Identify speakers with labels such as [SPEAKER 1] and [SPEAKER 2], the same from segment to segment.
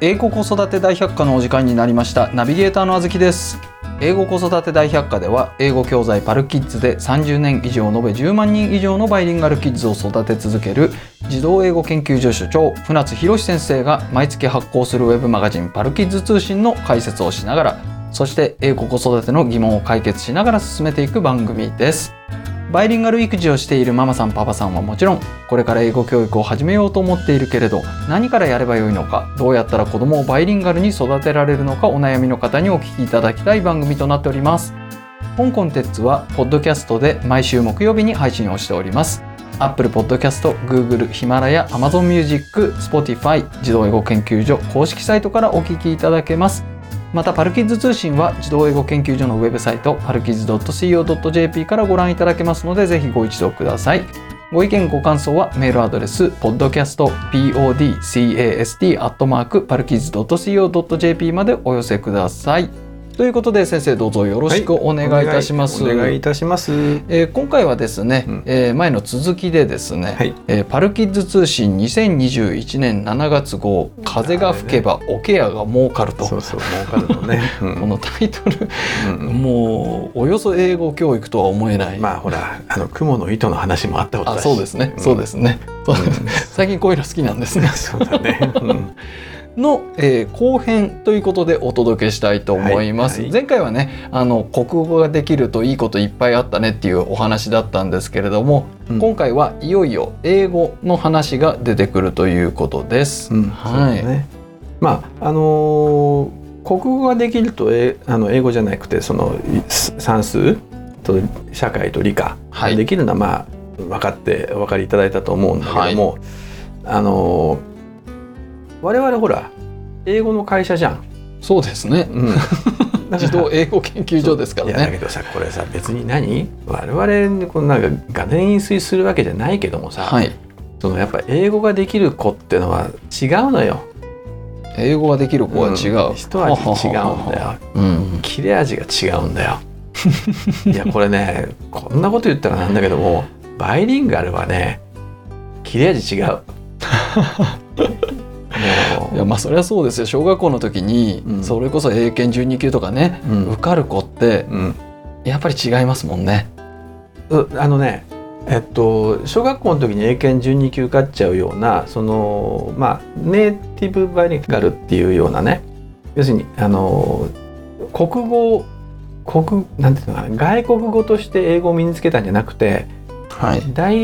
[SPEAKER 1] 英語子育て大百科のお時間になりましたナビゲーターのあずきです英語子育て大百科では英語教材パルキッズで30年以上延べ10万人以上のバイリンガルキッズを育て続ける児童英語研究所所長船津博史先生が毎月発行するウェブマガジンパルキッズ通信の解説をしながらそして英語子育ての疑問を解決しながら進めていく番組ですバイリンガル育児をしているママさんパパさんはもちろんこれから英語教育を始めようと思っているけれど何からやればよいのかどうやったら子供をバイリンガルに育てられるのかお悩みの方にお聞きいただきたい番組となっております本コンテンツはポッドキャストで毎週木曜日に配信をしております Apple Podcast、Google、ヒマラヤ、Amazon Music、Spotify、児童英語研究所公式サイトからお聞きいただけますまたパルキッズ通信は児童英語研究所のウェブサイトパルキッズ .co.jp からご覧いただけますのでぜひご一読くださいご意見ご感想はメールアドレス podcastpodcast.co.jp までお寄せくださいということで先生どうぞよろしくお願いいたします、
[SPEAKER 2] お願いいたします。
[SPEAKER 1] えー今回はですね、
[SPEAKER 2] うん
[SPEAKER 1] えー前の続きでですね、
[SPEAKER 2] はい
[SPEAKER 1] えーパルキッズ通信2021年7月号「風が吹けばおケアが儲かると」
[SPEAKER 2] そうそう、儲かるの ね。う
[SPEAKER 1] こ
[SPEAKER 2] ん
[SPEAKER 1] のタイトル、
[SPEAKER 2] うん
[SPEAKER 1] もうおよそ英語教育とは思えない、
[SPEAKER 2] まあ、ほら、あの雲の糸の話もあったこと
[SPEAKER 1] あ
[SPEAKER 2] だし。
[SPEAKER 1] そうですね、
[SPEAKER 2] ん
[SPEAKER 1] そうですね、そうです
[SPEAKER 2] うん
[SPEAKER 1] 最近こういうの好きなんですね
[SPEAKER 2] そうだね。うん
[SPEAKER 1] の、えー後編ということでお届けしたいと思います、
[SPEAKER 2] はいはい
[SPEAKER 1] 前回はねあの国語ができるといいこといっぱいあったねっていうお話だったんですけれども、
[SPEAKER 2] うん
[SPEAKER 1] 今回はいよいよ英語の話が出てくるということです、
[SPEAKER 2] うん、そうだ
[SPEAKER 1] はい、
[SPEAKER 2] ね。まあ、あのー国語ができると、え、あの英語じゃなくて、そのい算数。と社会と理科。
[SPEAKER 1] はい
[SPEAKER 2] できるのは、まあ、分かって、お分かりいただいたと思うんだけども。あのー我々ほら、英語の会社じゃん。
[SPEAKER 1] そうですね
[SPEAKER 2] うんだから
[SPEAKER 1] 児 童英語研究所ですから
[SPEAKER 2] いやだ
[SPEAKER 1] ね
[SPEAKER 2] けどさこれさ別に何我々このなんか画面飲水するわけじゃないけどもさ、
[SPEAKER 1] はい
[SPEAKER 2] そのやっぱ英語ができる子ってのは違うのよ。
[SPEAKER 1] 英語ができる子は違う、
[SPEAKER 2] ん一味違うんだよ。
[SPEAKER 1] うん
[SPEAKER 2] 切れ味が違うんだよ。いやこれねこんなこと言ったらなんだけどもバイリンガルはね切れ味 違う。もう
[SPEAKER 1] いやまあそりゃそうですよ小学校の時に、
[SPEAKER 2] うん
[SPEAKER 1] それこそ英検12級とかね、
[SPEAKER 2] うん
[SPEAKER 1] 受かる子って
[SPEAKER 2] うん
[SPEAKER 1] やっぱり違いますもんね。
[SPEAKER 2] うあのねえっと小学校の時に英検12級受かっちゃうようなそのまあネイティブバイリンガルっていうようなね要するにあの国語国なんていうのかな外国語として英語を身につけたんじゃなくて
[SPEAKER 1] はい、
[SPEAKER 2] 第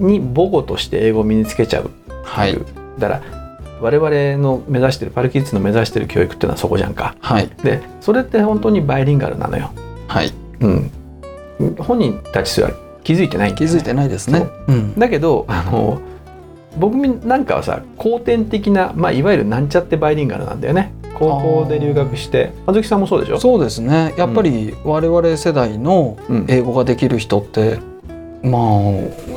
[SPEAKER 2] 二母語として英語を身につけちゃうっていう、
[SPEAKER 1] はい、
[SPEAKER 2] だから我々の目指してるパルキッズの目指してる教育っていうのはそこじゃんか
[SPEAKER 1] はい、
[SPEAKER 2] でそれって本当にバイリンガルなのよ、
[SPEAKER 1] はい、
[SPEAKER 2] うん、本人たちすら気づいてないんだ
[SPEAKER 1] 気
[SPEAKER 2] よね
[SPEAKER 1] づいてないです
[SPEAKER 2] そ
[SPEAKER 1] ね
[SPEAKER 2] う。
[SPEAKER 1] うん、
[SPEAKER 2] だけどあの僕なんかはさ後天的な、まあ、いわゆるなんちゃってバイリンガルなんだよね高校で留学してあずきさんもそうでしょ
[SPEAKER 1] そうですね。やっぱり我々世代の
[SPEAKER 2] うん
[SPEAKER 1] 英語ができる人って、まあ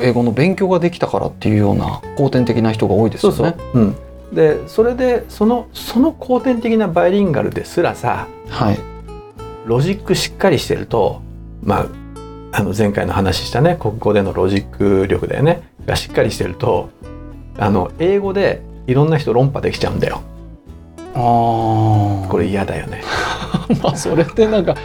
[SPEAKER 1] 英語の勉強ができたからっていうような後天的な人が多いです
[SPEAKER 2] そ
[SPEAKER 1] よね。
[SPEAKER 2] うそう、うん、でそれでそのその後天的なバイリンガルですらさ
[SPEAKER 1] はい、
[SPEAKER 2] ロジックしっかりしてるとまああの前回の話したね国語でのロジック力だよねがしっかりしてるとあの英語でいろんな人論破できちゃうんだよ
[SPEAKER 1] ああ、
[SPEAKER 2] これ嫌だよね
[SPEAKER 1] まあそれってなんか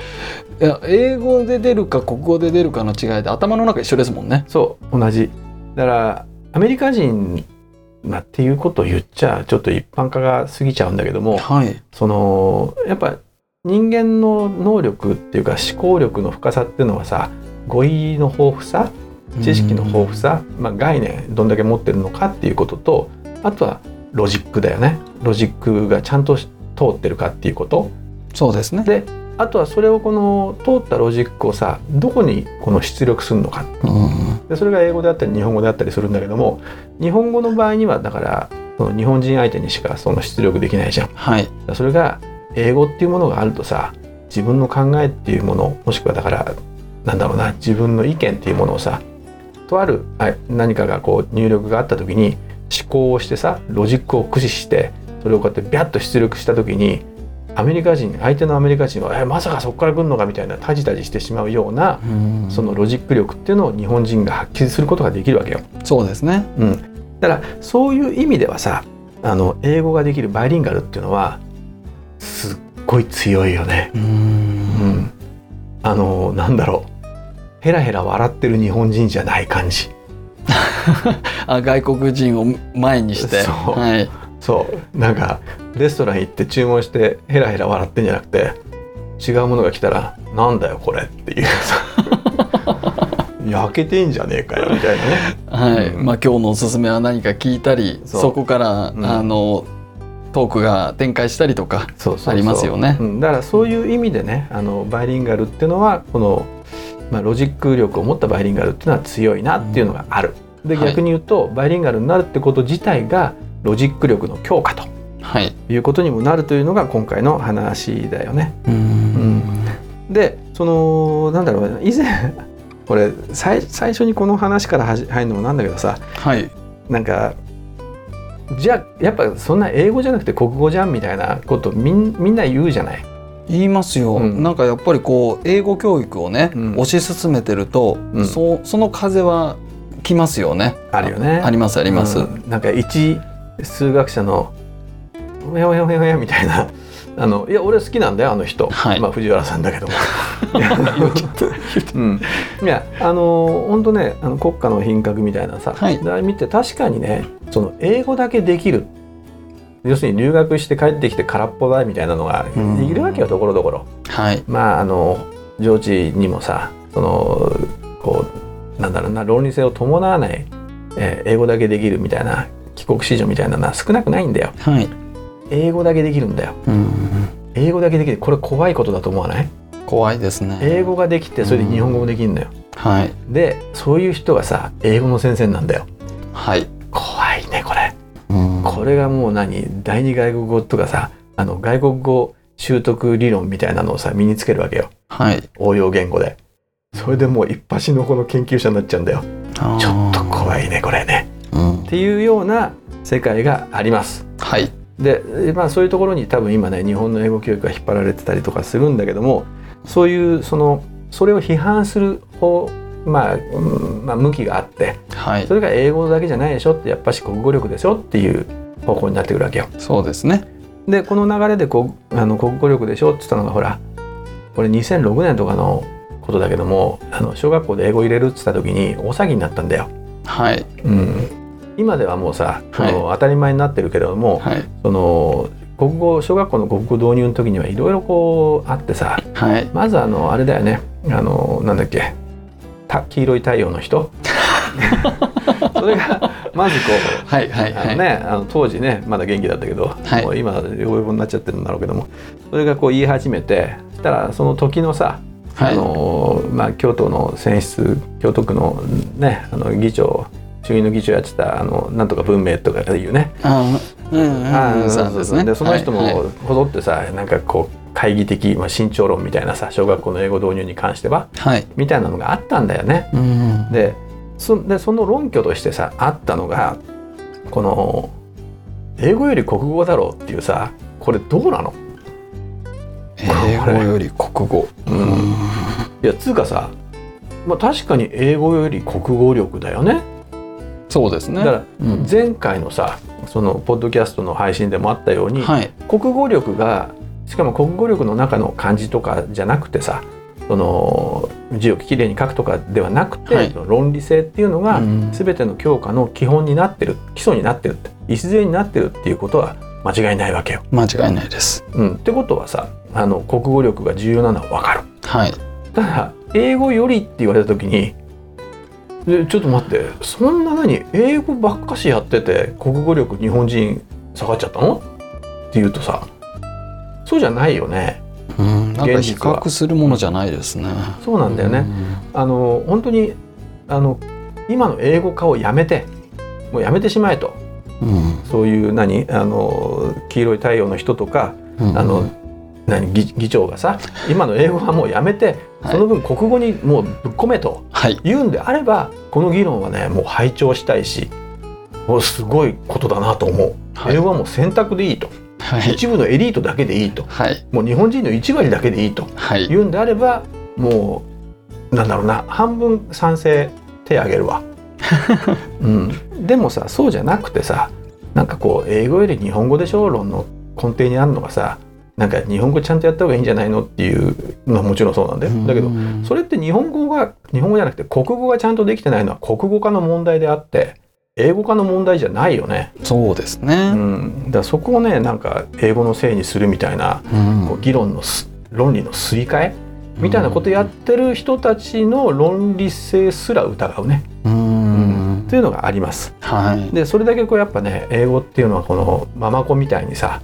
[SPEAKER 1] いや英語で出るか国語で出るかの違いで頭の中一緒ですもんね。
[SPEAKER 2] そう同じだからアメリカ人なっていうことを言っちゃちょっと一般化が過ぎちゃうんだけども
[SPEAKER 1] はい、
[SPEAKER 2] そのやっぱ人間の能力っていうか思考力の深さっていうのはさ語彙の豊富さ知識の豊富さ、まあ、概念どんだけ持ってるのかっていうこととあとはロジックだよねロジックがちゃんと通ってるかっていうこと
[SPEAKER 1] うん。そうですね。
[SPEAKER 2] であとはそれをこの通ったロジックをさどこにこの出力するのか
[SPEAKER 1] うん
[SPEAKER 2] でそれが英語であったり日本語であったりするんだけども日本語の場合にはだからその日本人相手にしかその出力できないじゃん。だか
[SPEAKER 1] はい、
[SPEAKER 2] らそれが英語っていうものがあるとさ自分の考えっていうものもしくはだからなんだろうな自分の意見っていうものをさとあるあ何かがこう入力があった時に思考をしてさロジックを駆使してそれをこうやってビャッと出力した時にアメリカ人相手のアメリカ人は「えまさかそこから来るのか」みたいなタジタジしてしまうような
[SPEAKER 1] うん
[SPEAKER 2] そのロジック力っていうのを日本人が発揮することができるわけよ。
[SPEAKER 1] そうですね。
[SPEAKER 2] うん、だからそういう意味ではさあの英語ができるバイリンガルっていうのはすっごい強いよね。
[SPEAKER 1] う
[SPEAKER 2] うんん、あのなんだろうヘラヘラ笑ってる日本人じゃない感じ
[SPEAKER 1] あ外国人を前にして
[SPEAKER 2] そう
[SPEAKER 1] はい、
[SPEAKER 2] そうなんかレストラン行って注文してヘラヘラ笑ってんじゃなくて違うものが来たら「なんだよこれ」っていうさ焼けてんじゃねえかよみたいなね
[SPEAKER 1] はい
[SPEAKER 2] うん
[SPEAKER 1] まあ、今日のおすすめは何か聞いたり
[SPEAKER 2] そ
[SPEAKER 1] そうこから、
[SPEAKER 2] うん
[SPEAKER 1] あのトークが展開したりとか
[SPEAKER 2] そうそうそう
[SPEAKER 1] ありますよね
[SPEAKER 2] うんだからそういう意味でねあのバイリンガルっていうのはこの、まあ、ロジック力を持ったバイリンガルっていうのは強いなっていうのがある。で
[SPEAKER 1] はい
[SPEAKER 2] 逆に言うと、バイリンガルになるってこと自体がロジック力の強化と
[SPEAKER 1] はい
[SPEAKER 2] いうことにもなるというのが今回の話だよね。
[SPEAKER 1] うん
[SPEAKER 2] でそのなんだろうね以前 これ最最初にこの話からはじ入るのもなんだけどさ
[SPEAKER 1] はい
[SPEAKER 2] なんかじゃあやっぱそんな英語じゃなくて国語じゃんみたいなことみんみんな言うじゃない。
[SPEAKER 1] 言いますよ、
[SPEAKER 2] うん
[SPEAKER 1] なんかやっぱりこう英語教育をね、
[SPEAKER 2] うん
[SPEAKER 1] 推し進めてると、
[SPEAKER 2] うん
[SPEAKER 1] そうその風は来ますよね
[SPEAKER 2] あるよね
[SPEAKER 1] ありますあります、
[SPEAKER 2] うんなんか一数学者の「おやおやおやおや」みたいな 「あのいや俺好きなんだよあの人」
[SPEAKER 1] はい
[SPEAKER 2] まあ、藤原さんだけ ども。うん、いやあの本当ねあの国家の品格みたいなさ、
[SPEAKER 1] はい
[SPEAKER 2] あれ見て確かにねその英語だけできる要するに留学して帰ってきて空っぽだみたいなのが
[SPEAKER 1] うん
[SPEAKER 2] いるわけよところどころ。
[SPEAKER 1] はい
[SPEAKER 2] まああの上智にもさそのこうなんだろうな論理性を伴わない、えー英語だけできるみたいな帰国子女みたいなのは少なくないんだよ
[SPEAKER 1] はい、
[SPEAKER 2] 英語だけできるんだよ
[SPEAKER 1] うん、
[SPEAKER 2] 英語だけできるこれ怖いことだと思わない
[SPEAKER 1] 怖いですね
[SPEAKER 2] 英語ができてそれで日本語もできるんだよ、
[SPEAKER 1] はい
[SPEAKER 2] でそういう人がさ英語の先生なんだよ
[SPEAKER 1] はい、
[SPEAKER 2] 怖いねこれ
[SPEAKER 1] うん
[SPEAKER 2] これがもう何第二外国語とかさあの外国語習得理論みたいなのをさ身につけるわけよ
[SPEAKER 1] はい
[SPEAKER 2] 応用言語でそれでもう一発のこの研究者になっちゃうんだよ
[SPEAKER 1] ちょ
[SPEAKER 2] ちょっと怖いねこれね
[SPEAKER 1] うん
[SPEAKER 2] っ、ていうような世界があります
[SPEAKER 1] はい
[SPEAKER 2] でえまあそういうところに多分今ね日本の英語教育が引っ張られてたりとかするんだけどもそういうそのそれを批判する方まあ、うんまあ、向きがあって
[SPEAKER 1] はい
[SPEAKER 2] それが英語だけじゃないでしょってやっぱし国語力でしょっていう方向になってくるわけよ。
[SPEAKER 1] そうですね
[SPEAKER 2] でこの流れでこうあの国語力でしょって言ったのがほらこれ2006年とかのことだけどもあの小学校で英語入れるって言った時に大騒ぎになったんだよ。
[SPEAKER 1] はい
[SPEAKER 2] うん、今ではもうさ、その当たり前になってるけれども、
[SPEAKER 1] はい
[SPEAKER 2] その国語小学校の国語導入の時にはいろいろこうあってさ
[SPEAKER 1] はい
[SPEAKER 2] まずあのあれだよねあのなんだっけた黄色い太陽の 人それがまずこう。
[SPEAKER 1] はいはい
[SPEAKER 2] あ
[SPEAKER 1] は
[SPEAKER 2] の
[SPEAKER 1] い、
[SPEAKER 2] ね、あの当時ねまだ元気だったけど、
[SPEAKER 1] はい
[SPEAKER 2] もう今ヨボヨボになっちゃってるんだろうけどもそれがこう言い始めてそしたらその時のさ、
[SPEAKER 1] はい
[SPEAKER 2] あのまあ、京都の選出京都区の,、ね、あの議長衆議院の議長やってたあのなんとか文明とかいうね
[SPEAKER 1] あうんうんうんそ
[SPEAKER 2] そ
[SPEAKER 1] うう
[SPEAKER 2] そう
[SPEAKER 1] です
[SPEAKER 2] そう
[SPEAKER 1] ね
[SPEAKER 2] でその人
[SPEAKER 1] はい
[SPEAKER 2] もほどってさ、なんかこう懐疑的、まあ、慎重論みたいなさ小学校の英語導入に関しては
[SPEAKER 1] はい、はい
[SPEAKER 2] みたいなのがあったんだよね。
[SPEAKER 1] うん
[SPEAKER 2] でそでその論拠としてさあったのがこの英語より国語だろうっていうさこれどうなの、
[SPEAKER 1] 英語より国語
[SPEAKER 2] いやつうかさ、まあ、確かに英語より国語力だよね。
[SPEAKER 1] そうですね
[SPEAKER 2] だから
[SPEAKER 1] うん
[SPEAKER 2] 前回のさそのポッドキャストの配信でもあったように、
[SPEAKER 1] はい
[SPEAKER 2] 国語力がしかも国語力の中の漢字とかじゃなくてさその字をきれいに書くとかではなくて、
[SPEAKER 1] はい
[SPEAKER 2] 論理性っていうのが
[SPEAKER 1] うん
[SPEAKER 2] 全ての教科の基本になってる基礎になってるって礎になってるっていうことは間違いないわけよ。
[SPEAKER 1] 間違いないです
[SPEAKER 2] うん、ってことはさあの国語力が重要なのはわかる。
[SPEAKER 1] はい
[SPEAKER 2] ただ英語よりって言われた時にでちょっと待ってそんな何英語ばっかしやってて国語力日本人下がっちゃったのって言うとさそうじゃないよね
[SPEAKER 1] うんなんか
[SPEAKER 2] 現
[SPEAKER 1] 比
[SPEAKER 2] 実は
[SPEAKER 1] 較するものじゃないですね
[SPEAKER 2] そうなんだよね、あの本当にあの今の英語化をやめてもうやめてしまえと
[SPEAKER 1] うん
[SPEAKER 2] そういう何あの黄色い太陽の人とか
[SPEAKER 1] うん
[SPEAKER 2] あの何議議長がさ今の英語はもうやめて
[SPEAKER 1] はい
[SPEAKER 2] その分国語にもうぶっ込めと。
[SPEAKER 1] はい
[SPEAKER 2] 言うんであればこの議論はねもう拝聴したいしもうすごいことだなと思う、
[SPEAKER 1] はい
[SPEAKER 2] 英語はもう選択でいいと、
[SPEAKER 1] はい
[SPEAKER 2] 一部のエリートだけでいいと
[SPEAKER 1] はい
[SPEAKER 2] もう日本人の1割だけでいいと
[SPEAKER 1] はい
[SPEAKER 2] 言うんであればもうなんだろうな半分賛成手挙げるわ、うん、でもさそうじゃなくてさなんかこう英語より日本語でしょ論の根底にあるのがさなんか日本語ちゃんとやった方がいいんじゃないのっていうのはもちろんそうなんだよだけど
[SPEAKER 1] うん
[SPEAKER 2] それって日本語が日本語じゃなくて国語がちゃんとできてないのは国語化の問題であって英語化の問題じゃないよね、
[SPEAKER 1] そうです
[SPEAKER 2] う
[SPEAKER 1] ね、
[SPEAKER 2] ん、だからそこをねなんか英語のせいにするみたいな
[SPEAKER 1] うん
[SPEAKER 2] こう議論のす論理のすり替えみたいなことやってる人たちの論理性すら疑うね
[SPEAKER 1] うん、
[SPEAKER 2] というのがあります。
[SPEAKER 1] はい
[SPEAKER 2] でそれだけこうやっぱね英語っていうのはこのママ子みたいにさ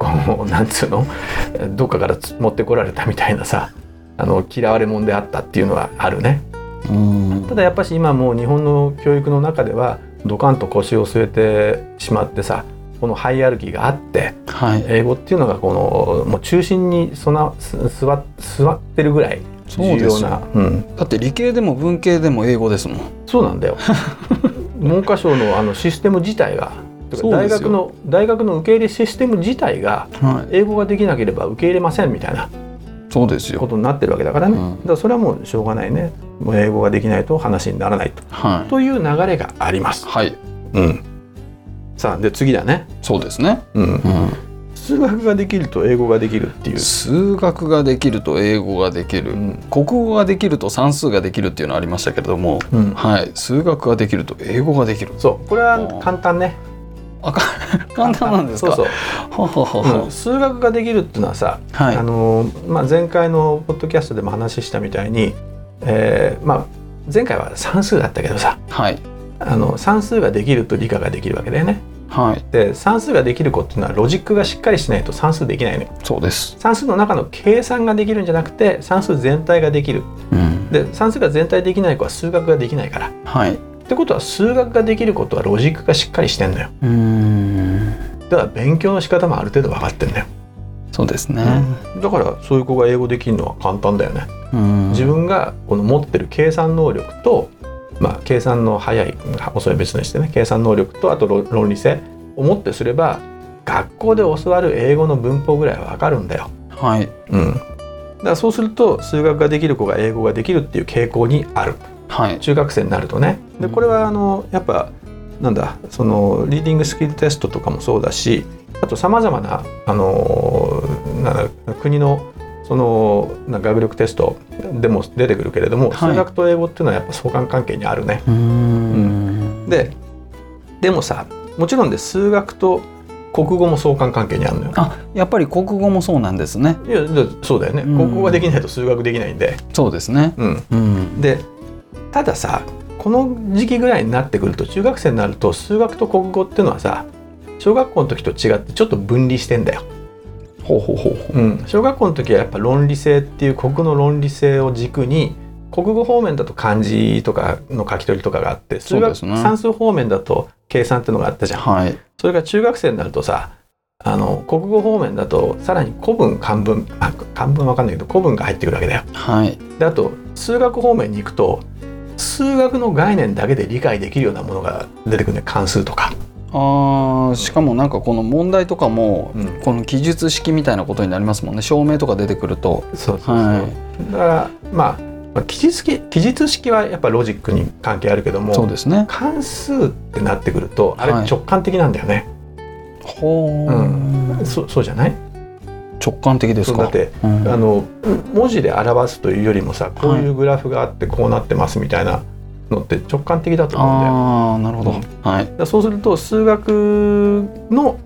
[SPEAKER 2] こうなんつうのどっかからつ持ってこられたみたいなさあの嫌われ者であったっていうのはあるね
[SPEAKER 1] うん
[SPEAKER 2] ただやっぱし今もう日本の教育の中ではドカンと腰を据えてしまってさこのハイアルキーがあって
[SPEAKER 1] はい
[SPEAKER 2] 英語っていうのがこのもう中心にそなす座っ座ってるぐらい
[SPEAKER 1] そ
[SPEAKER 2] 重
[SPEAKER 1] うで
[SPEAKER 2] 要
[SPEAKER 1] すよ
[SPEAKER 2] なうん、
[SPEAKER 1] だって理系でも文系でも英語ですもん
[SPEAKER 2] そうなんだよ 文科省のあのシステム自体がてか
[SPEAKER 1] そうで
[SPEAKER 2] 大
[SPEAKER 1] すよ
[SPEAKER 2] 学の大学の受け入れシステム自体が
[SPEAKER 1] はい
[SPEAKER 2] 英語ができなければ受け入れませんみたいな
[SPEAKER 1] そうですよ
[SPEAKER 2] ことになってるわけだからね、
[SPEAKER 1] うん
[SPEAKER 2] だからそれはもうしょうがないねもう英語ができないと話にならないと
[SPEAKER 1] はい
[SPEAKER 2] という流れがあります、
[SPEAKER 1] はい
[SPEAKER 2] うん、さあで次だね、
[SPEAKER 1] そうですね、
[SPEAKER 2] うん
[SPEAKER 1] う、ん、
[SPEAKER 2] 数学ができると英語ができるっていう、
[SPEAKER 1] 数学ができると英語ができる、
[SPEAKER 2] うん
[SPEAKER 1] 国語ができると算数ができるっていうのありましたけれども、
[SPEAKER 2] うん、
[SPEAKER 1] はい、数学ができると英語ができる。
[SPEAKER 2] そうこれは簡単ね
[SPEAKER 1] あ、か簡単なん ですか。
[SPEAKER 2] そう
[SPEAKER 1] ははは
[SPEAKER 2] そう、う
[SPEAKER 1] は
[SPEAKER 2] ん、数学ができるっていうのはさ
[SPEAKER 1] はい
[SPEAKER 2] あ。のまあ、前回のポッドキャストでも話したみたいに、えーまあ、前回は算数だったけどさ
[SPEAKER 1] はい。
[SPEAKER 2] あの算数ができると理科ができるわけだよね。
[SPEAKER 1] はい。
[SPEAKER 2] で算数ができる子っていうのはロジックがしっかりしないと算数できないのよ。
[SPEAKER 1] そうです。
[SPEAKER 2] 算数の中の計算ができるんじゃなくて算数全体ができる。
[SPEAKER 1] うん。
[SPEAKER 2] で算数が全体できない子は数学ができないから。
[SPEAKER 1] はい。う
[SPEAKER 2] ってことは数学ができることはロジックがしっかりしてんのよ。
[SPEAKER 1] ーん。
[SPEAKER 2] だから勉強の仕方もある程度分かってんだよ。
[SPEAKER 1] そうですね。
[SPEAKER 2] だからそういう子が英語できるのは簡単だよね。
[SPEAKER 1] うん。
[SPEAKER 2] 自分がこの持ってる計算能力と、まあ、計算の早い遅いは別にしてね計算能力とあと論論理性を持ってすれば学校で教わる英語の文法ぐらいはわかるんだよ。
[SPEAKER 1] はい。
[SPEAKER 2] うん、だからそうすると数学ができる子が英語ができるっていう傾向にある
[SPEAKER 1] はい。
[SPEAKER 2] 中学生になるとね。でこれはあのやっぱなんだそのリーディングスキルテストとかもそうだしあとさまざまなあのなんだ国のそのなんか学力テストでも出てくるけれども、
[SPEAKER 1] はい
[SPEAKER 2] 数学と英語っていうのはやっぱ相関関係にあるね。
[SPEAKER 1] うーん。
[SPEAKER 2] ででもさもちろんで数学と国語も相関関係にあるのよ。
[SPEAKER 1] あ、やっぱり国語もそうなんですね。
[SPEAKER 2] いやだそうだよね
[SPEAKER 1] うん
[SPEAKER 2] 国語ができないと数学できないんで。
[SPEAKER 1] そうですね。
[SPEAKER 2] うん、
[SPEAKER 1] うん。
[SPEAKER 2] でたださこの時期ぐらいになってくると中学生になると数学と国語っていうのはさ小学校の時と違ってちょっと分離してんだよ。
[SPEAKER 1] ほうほうほうほ
[SPEAKER 2] うん、小学校の時はやっぱ論理性っていう国語の論理性を軸に国語方面だと漢字とかの書き取りとかがあって数学、
[SPEAKER 1] そうですね
[SPEAKER 2] 算数方面だと計算っていうのがあったじ
[SPEAKER 1] う。
[SPEAKER 2] ゃん。
[SPEAKER 1] はい。
[SPEAKER 2] それが中学生になるとさあの国語方面だとさらに古文漢文あ漢文わかんないけど古文が入ってくるわけだよ。
[SPEAKER 1] はい。
[SPEAKER 2] であと数学方面に行くと数学の概念だけで理解できるようなものが出てくるね関数とか、
[SPEAKER 1] ああ、しかもなんかこの問題とかも。
[SPEAKER 2] うん、
[SPEAKER 1] この記述式みたいなことになりますもんね証明とか出てくると
[SPEAKER 2] そうそうそう、
[SPEAKER 1] は
[SPEAKER 2] だからまあまあ記述式記述式はやっぱロジックに関係あるけども
[SPEAKER 1] そうですね
[SPEAKER 2] 関数ってなってくるとあれ
[SPEAKER 1] はい
[SPEAKER 2] 直感的なんだよね、
[SPEAKER 1] ほう、
[SPEAKER 2] うそそうじゃない
[SPEAKER 1] 直感的です
[SPEAKER 2] そう
[SPEAKER 1] か
[SPEAKER 2] だって
[SPEAKER 1] うん
[SPEAKER 2] あの文字で表すというよりもさこういうグラフがあってこうなってますみたいなのって直感的だと思うんだよ。
[SPEAKER 1] ああなるほど、
[SPEAKER 2] うん
[SPEAKER 1] はい、
[SPEAKER 2] だからそうすると数学の、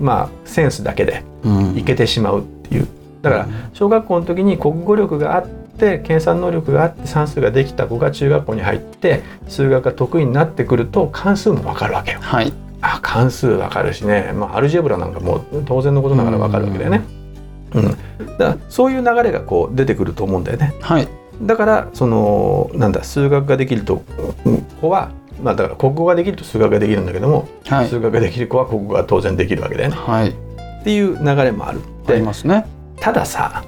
[SPEAKER 2] まあ、センスだけで
[SPEAKER 1] うん
[SPEAKER 2] いけてしまうっていうだから小学校の時に国語力があって計算能力があって算数ができた子が中学校に入って数学が得意になってくると関数も分かるわけよ。
[SPEAKER 1] はい
[SPEAKER 2] あ関数分かるしね、まあ、アルジェブラなんかもう当然のことながら分かるわけだよね。うん、だからそういう流れがこう出てくると思うんだよね。
[SPEAKER 1] はい
[SPEAKER 2] だからそのなんだ数学ができるとうん子は、まあ、だから国語ができると数学ができるんだけども
[SPEAKER 1] はい
[SPEAKER 2] 数学ができる子は国語が当然できるわけだよね
[SPEAKER 1] はい
[SPEAKER 2] っていう流れもある
[SPEAKER 1] あり
[SPEAKER 2] で
[SPEAKER 1] ますね
[SPEAKER 2] たださ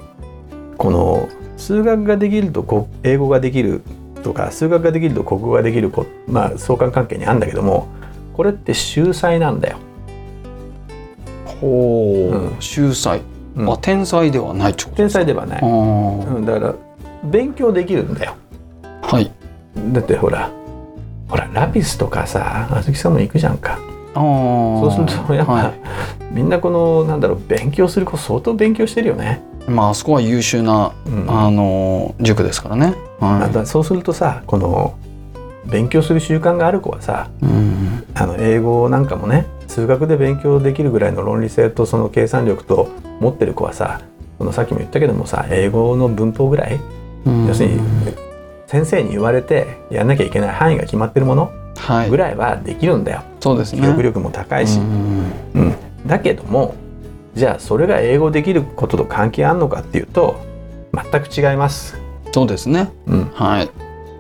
[SPEAKER 2] この数学ができるとこ英語ができるとか数学ができると国語ができる子まあ相関関係にあるんだけどもこれって秀才なんだよ。
[SPEAKER 1] ほう、
[SPEAKER 2] うん
[SPEAKER 1] 秀才、
[SPEAKER 2] うん
[SPEAKER 1] あ天才ではないってこと
[SPEAKER 2] 天才ではない
[SPEAKER 1] あ。ー
[SPEAKER 2] うん、だから勉強できるんだよ。
[SPEAKER 1] はい
[SPEAKER 2] だってほらほらラピスとかさあずきさんも行くじゃんか。
[SPEAKER 1] そ
[SPEAKER 2] そうするとやっぱ、
[SPEAKER 1] は
[SPEAKER 2] みんなこのなんだろう勉強する子相当勉強してるよね。
[SPEAKER 1] い、まああそこは優秀な、
[SPEAKER 2] うん
[SPEAKER 1] あの塾ですからね。
[SPEAKER 2] な
[SPEAKER 1] は
[SPEAKER 2] んだそうするとさこの勉強する習慣がある子はさ
[SPEAKER 1] い。うん、
[SPEAKER 2] あの英語なんかもね数学で勉強できるぐらいの論理性とその計算力と持ってる子はさこのさっきも言ったけどもさ英語の文法ぐらい
[SPEAKER 1] うん
[SPEAKER 2] 要するに先生に言われてやんなきゃいけない範囲が決まってるもの
[SPEAKER 1] はい
[SPEAKER 2] ぐ。らいはできるんだよ。
[SPEAKER 1] そうですね。
[SPEAKER 2] 記憶力も高いし、
[SPEAKER 1] うん
[SPEAKER 2] うん、だけどもじゃあそれが英語できることと関係あんのかっていうと全く違います、
[SPEAKER 1] そうですね。
[SPEAKER 2] うん、
[SPEAKER 1] はい。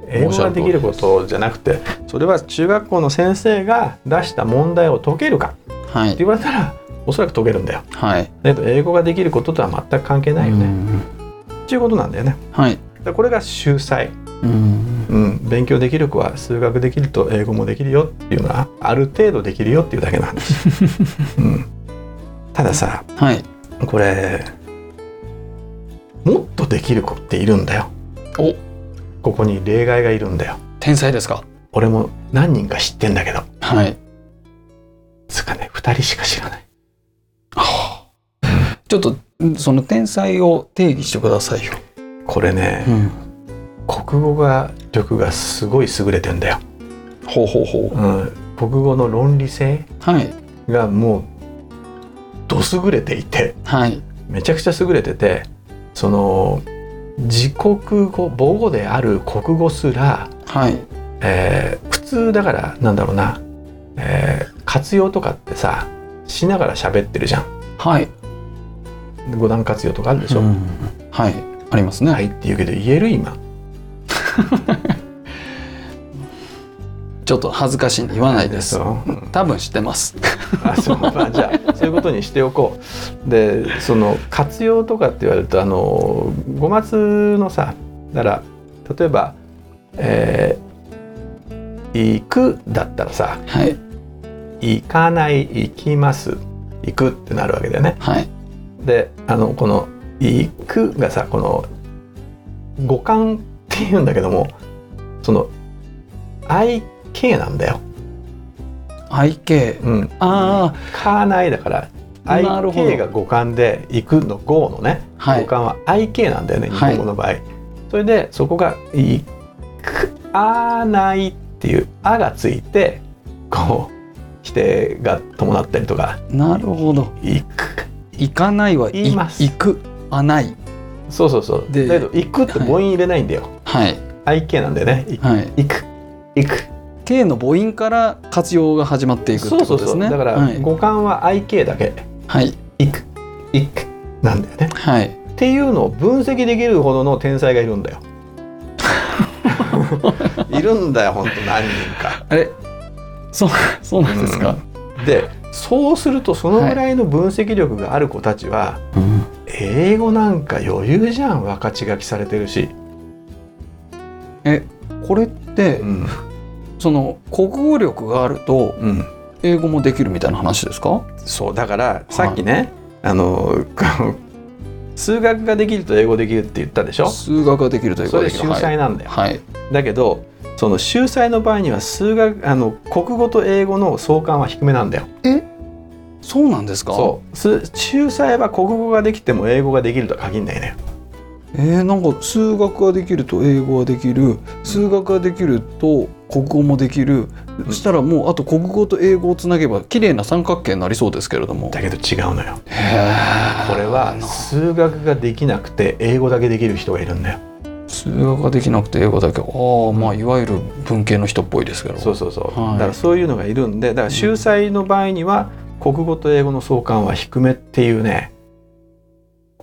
[SPEAKER 2] 英語ができることじゃなくてそれは中学校の先生が出した問題を解けるかって
[SPEAKER 1] は
[SPEAKER 2] 言
[SPEAKER 1] い。
[SPEAKER 2] われたらおそらく解けるんだよ
[SPEAKER 1] はい。
[SPEAKER 2] だけど英語ができることとは全く関係ないよ
[SPEAKER 1] う
[SPEAKER 2] ね
[SPEAKER 1] ん
[SPEAKER 2] っていうことなんだよね
[SPEAKER 1] はい。
[SPEAKER 2] だからこれが秀才、
[SPEAKER 1] うん
[SPEAKER 2] うん、勉強できる子は数学できると英語もできるよっていうのはある程度できるよっていうだけなんです、 うん、たださ
[SPEAKER 1] はい。
[SPEAKER 2] これもっとできる子っているんだよ
[SPEAKER 1] お
[SPEAKER 2] ここに例外がいるんだよ
[SPEAKER 1] 天才ですか。
[SPEAKER 2] 俺も何人か知ってんだけど
[SPEAKER 1] はい。
[SPEAKER 2] つうかね2人しか知らない
[SPEAKER 1] ちょっとうんその天才を定義してくださいよ。
[SPEAKER 2] これね、
[SPEAKER 1] ん。
[SPEAKER 2] 国語が力がすごい優れてんだよ、
[SPEAKER 1] ほうほうほう。
[SPEAKER 2] うん、国語の論理性
[SPEAKER 1] はい。
[SPEAKER 2] がもうど優れていて
[SPEAKER 1] はい。
[SPEAKER 2] めちゃくちゃ優れててその自国語母語である国語すら
[SPEAKER 1] はい。
[SPEAKER 2] えー普通だからなんだろうな、えー活用とかってさしながら喋ってるじゃん
[SPEAKER 1] はい。
[SPEAKER 2] 五段活用とかあるでしょ、
[SPEAKER 1] うんはい。ありますね。
[SPEAKER 2] はいって言うけど言える今
[SPEAKER 1] ちょっと恥ずかしいんで言わないです。
[SPEAKER 2] そううん
[SPEAKER 1] 多分知ってます。
[SPEAKER 2] あそうまあじゃあそういうことにしておこうでその活用とかって言われるとあの五末のさだから例えば「えー行く」だったらさ
[SPEAKER 1] はい。
[SPEAKER 2] 「行かない」「行きます」「行く」ってなるわけだよね
[SPEAKER 1] はい。
[SPEAKER 2] であのこの「行く」がさこの五感っていうんだけどもその IK なんだよ。
[SPEAKER 1] IK。
[SPEAKER 2] うん、
[SPEAKER 1] あ
[SPEAKER 2] かないだから
[SPEAKER 1] なるほど
[SPEAKER 2] IK が五感で「行く」の「5」のね、
[SPEAKER 1] あ。は
[SPEAKER 2] 五
[SPEAKER 1] い。
[SPEAKER 2] 感は IK なんだよね日
[SPEAKER 1] はい
[SPEAKER 2] 本語の場合。それでそこが「行く」「あない」っていう「あ」がついてこう否定が伴ったりとか
[SPEAKER 1] なるほど。
[SPEAKER 2] 「行く」
[SPEAKER 1] 行かないは
[SPEAKER 2] 言います
[SPEAKER 1] 行く。あない。
[SPEAKER 2] そうそうそう
[SPEAKER 1] で
[SPEAKER 2] だけど「行く」って母音入れないんだよ。
[SPEAKER 1] はい。
[SPEAKER 2] IK なんだよね「
[SPEAKER 1] はい。
[SPEAKER 2] 行く行く
[SPEAKER 1] K の母音から活用が始まっていくって
[SPEAKER 2] そう
[SPEAKER 1] こと
[SPEAKER 2] そう
[SPEAKER 1] で
[SPEAKER 2] そ
[SPEAKER 1] す
[SPEAKER 2] う
[SPEAKER 1] ね。
[SPEAKER 2] だから、
[SPEAKER 1] はい。
[SPEAKER 2] 五感は IK だけ
[SPEAKER 1] はい。
[SPEAKER 2] 行く行くなんだよね
[SPEAKER 1] はい。
[SPEAKER 2] っていうのを分析できるほどの天才がいるんだよ いるんだよほんと何人か
[SPEAKER 1] あれ。 そう、そうなんですか。
[SPEAKER 2] でそうするとそのぐらいの分析力がある子たちは、
[SPEAKER 1] うん
[SPEAKER 2] 英語なんか余裕じゃん分かち書きされてるし、
[SPEAKER 1] これって、
[SPEAKER 2] ん
[SPEAKER 1] その国語力があると、
[SPEAKER 2] うん、
[SPEAKER 1] 英語もできるみたいな話ですか。
[SPEAKER 2] そうだからさっきね、あの 数学ができると英語できるって言ったでしょ
[SPEAKER 1] 数学ができるというこ
[SPEAKER 2] そ
[SPEAKER 1] と
[SPEAKER 2] れ
[SPEAKER 1] です
[SPEAKER 2] 秀才なんだよ、
[SPEAKER 1] はい。
[SPEAKER 2] だけどその秀才の場合には数学あの国語と英語の相関は低めなんだよ
[SPEAKER 1] そうなんですか。
[SPEAKER 2] そうす秀才は国語ができても英語ができるとは限らないね
[SPEAKER 1] えー、なんか数学ができると英語ができる数学ができると国語もできる、そしたらもうあと国語と英語をつなげば綺麗な三角形になりそうですけれども
[SPEAKER 2] だけど違うのよこ
[SPEAKER 1] こ
[SPEAKER 2] れは数学ができなくて英語だけできる人がいるんだよ
[SPEAKER 1] 数学ができなくて英語だけああまあいわゆる文系の人っぽいですけど
[SPEAKER 2] そうそうそう、
[SPEAKER 1] はい
[SPEAKER 2] だからそういうのがいるんでだから秀才の場合には国語と英語の相関は低めっていうね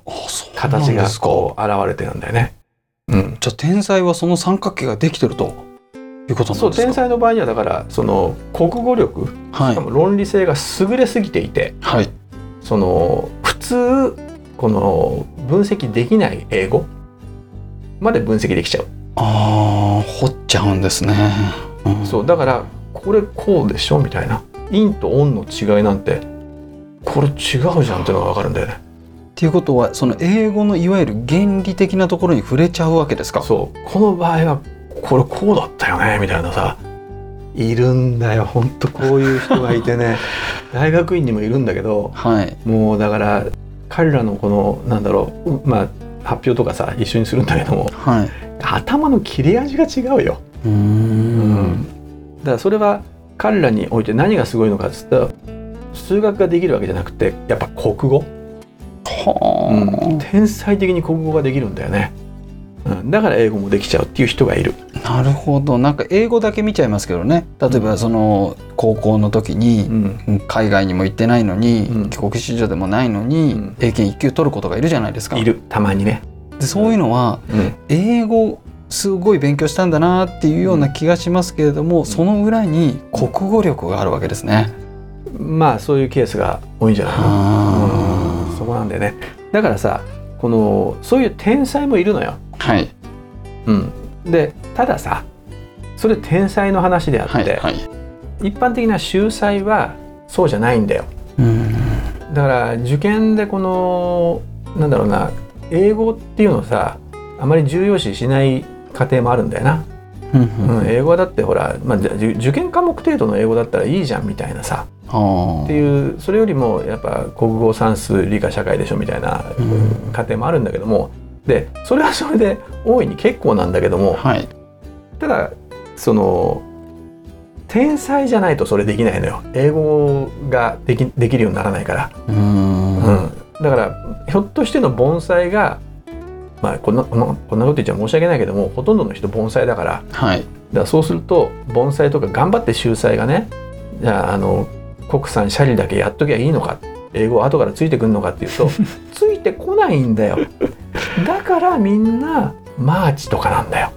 [SPEAKER 1] あーそうなんです
[SPEAKER 2] 形が
[SPEAKER 1] か
[SPEAKER 2] こう現れてるんだよねうん
[SPEAKER 1] じゃあ天才はその三角形ができてるということな
[SPEAKER 2] そ
[SPEAKER 1] ん
[SPEAKER 2] う
[SPEAKER 1] ですか
[SPEAKER 2] 天才の場合にはだからその国語力し
[SPEAKER 1] はい
[SPEAKER 2] かも論理性が優れすぎていて
[SPEAKER 1] はい
[SPEAKER 2] その普通この分析できない英語まで分析できちゃう、
[SPEAKER 1] ああ掘っちゃうんですね、うん
[SPEAKER 2] そうだからこれこうでしょみたいな陰と音の違いなんてこれ違うじゃんっていうのが分かるんだよね
[SPEAKER 1] っていうことはその英語のいわゆる原理的なところに触れちゃうわけですか
[SPEAKER 2] そうこの場合はこれこうだったよねみたいなさいるんだよ本当こういう人がいてね 大学院にもいるんだけど
[SPEAKER 1] はい
[SPEAKER 2] もうだから彼らのこのなんだろううまあ発表とかさ一緒にするんだけども
[SPEAKER 1] はい
[SPEAKER 2] 頭の切れ味が違うよ、
[SPEAKER 1] うーん
[SPEAKER 2] だからそれは彼らにおいて何がすごいのかっつったら数学ができるわけじゃなくてやっぱ国語、うん
[SPEAKER 1] は
[SPEAKER 2] 天才的に国語ができるんだよね、うん、だから英語もできちゃうっていう人がいる
[SPEAKER 1] あなるほどなんか英語だけ見ちゃいますけどね例えばその高校の時
[SPEAKER 2] う
[SPEAKER 1] に
[SPEAKER 2] ん
[SPEAKER 1] 海外にも行ってないのに、
[SPEAKER 2] うん
[SPEAKER 1] 帰国子女でもないの
[SPEAKER 2] う
[SPEAKER 1] に
[SPEAKER 2] ん
[SPEAKER 1] 英検1級取ることがいるじゃないですか
[SPEAKER 2] いるたまにね、
[SPEAKER 1] でそういうのは
[SPEAKER 2] うん
[SPEAKER 1] 英語すごい勉強したんだなっていうような気がしますけれども、その裏に国語力があるわけですね。
[SPEAKER 2] まあそういうケースが多いんじゃないの
[SPEAKER 1] は
[SPEAKER 2] そこなんだよねだからさこのそういう天才もいるのよ、
[SPEAKER 1] い
[SPEAKER 2] うん、でたださそれ天才の話であって、
[SPEAKER 1] はいはい。
[SPEAKER 2] 一般的な秀才はそうじゃないんだよ
[SPEAKER 1] うん
[SPEAKER 2] だから受験でこのなんだろうな英語っていうのをさあまり重要視しない家庭もあるんだよな、
[SPEAKER 1] うん
[SPEAKER 2] うん
[SPEAKER 1] うん
[SPEAKER 2] 英語はだってほら、まあ、じゃあ受受験科目程度の英語だったらいいじゃんみたいなさ
[SPEAKER 1] は
[SPEAKER 2] っていうそれよりもやっぱ国語算数理科社会でしょみたいな
[SPEAKER 1] うん
[SPEAKER 2] 家庭もあるんだけどもでそれはそれで大いに結構なんだけど
[SPEAKER 1] あ
[SPEAKER 2] も
[SPEAKER 1] はい。
[SPEAKER 2] ただその天才じゃないとそれできないのよ英語ができできるようにならないから、
[SPEAKER 1] う
[SPEAKER 2] うんんだからひょっとしての盆栽がまあこんなこんなこんなこと言っちゃ申し訳ないけどもほとんどの人盆栽だから
[SPEAKER 1] はい。
[SPEAKER 2] だからそうすると盆栽とか頑張って秀才がねじゃああの国産シャリだけやっときゃいいのか英語後からついてくるのかっていう とついてこないんだよだからみんなマーチとかなんだよ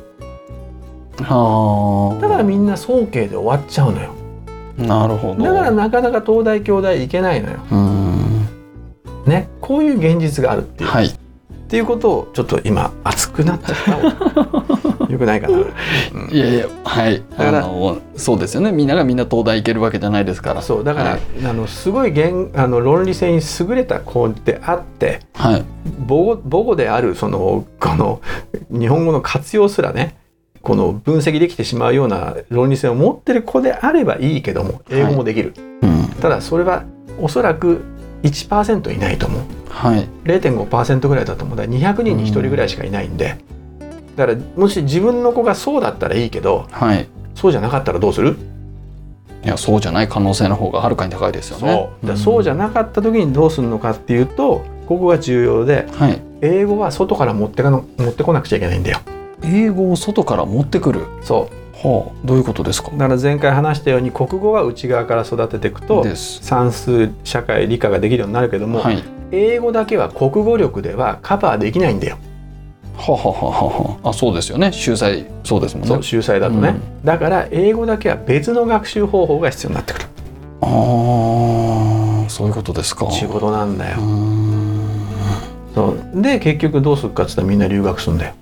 [SPEAKER 1] はあ。
[SPEAKER 2] だからみんな早慶で終わっちゃうのよ
[SPEAKER 1] なるほど。
[SPEAKER 2] だからなかなか東大京大行けないのよ
[SPEAKER 1] うん
[SPEAKER 2] ねこういう現実があるっていう、
[SPEAKER 1] はい。
[SPEAKER 2] っていうことをちょっと今熱くなっちゃったよくないかな、うん
[SPEAKER 1] いやいやはい。
[SPEAKER 2] だから
[SPEAKER 1] あのそうですよね。みんながみんな東大行けるわけじゃないですから。
[SPEAKER 2] そうだから、
[SPEAKER 1] はい
[SPEAKER 2] あのすごい言あの論理性に優れた子であって
[SPEAKER 1] はい。
[SPEAKER 2] 母語母語であるそのこの日本語の活用すらねこの分析できてしまうような論理性を持ってる子であればいいけども英語もできる、
[SPEAKER 1] うん
[SPEAKER 2] ただそれはおそらく1%いないと思う
[SPEAKER 1] はい。
[SPEAKER 2] 0.5%ぐらいだと思うだから200人に1人ぐらいしかいないんで、だからもし自分の子がそうだったらいいけど
[SPEAKER 1] はい。
[SPEAKER 2] そうじゃなかったらどうする
[SPEAKER 1] いやそうじゃない可能性の方がはるかに高いですよね。
[SPEAKER 2] そうだからそうじゃなかった時にどうするのかっていうとここが重要で
[SPEAKER 1] はい。
[SPEAKER 2] 英語は外から持ってかの持ってこなくちゃいけないんだよ
[SPEAKER 1] 英語を外から持ってくる。
[SPEAKER 2] そ
[SPEAKER 1] はあ、どういうことですか
[SPEAKER 2] う。だから前回話したように国語は内側から育てていくと
[SPEAKER 1] です。
[SPEAKER 2] 算数社会理科ができるようになるけども、
[SPEAKER 1] はい。は
[SPEAKER 2] 英語だけは国語力ではカバーできないんだよ
[SPEAKER 1] はははは。あ、そうですよね。秀才そうですもん
[SPEAKER 2] そう
[SPEAKER 1] ね。
[SPEAKER 2] 秀才だとね、だから英語だけは別の学習方法が必要になってくる
[SPEAKER 1] ああ、そういうことですか。
[SPEAKER 2] 仕事なんだ
[SPEAKER 1] うー
[SPEAKER 2] よ、
[SPEAKER 1] ん
[SPEAKER 2] そうで結局どうするかっつったらみんな留学するんだよ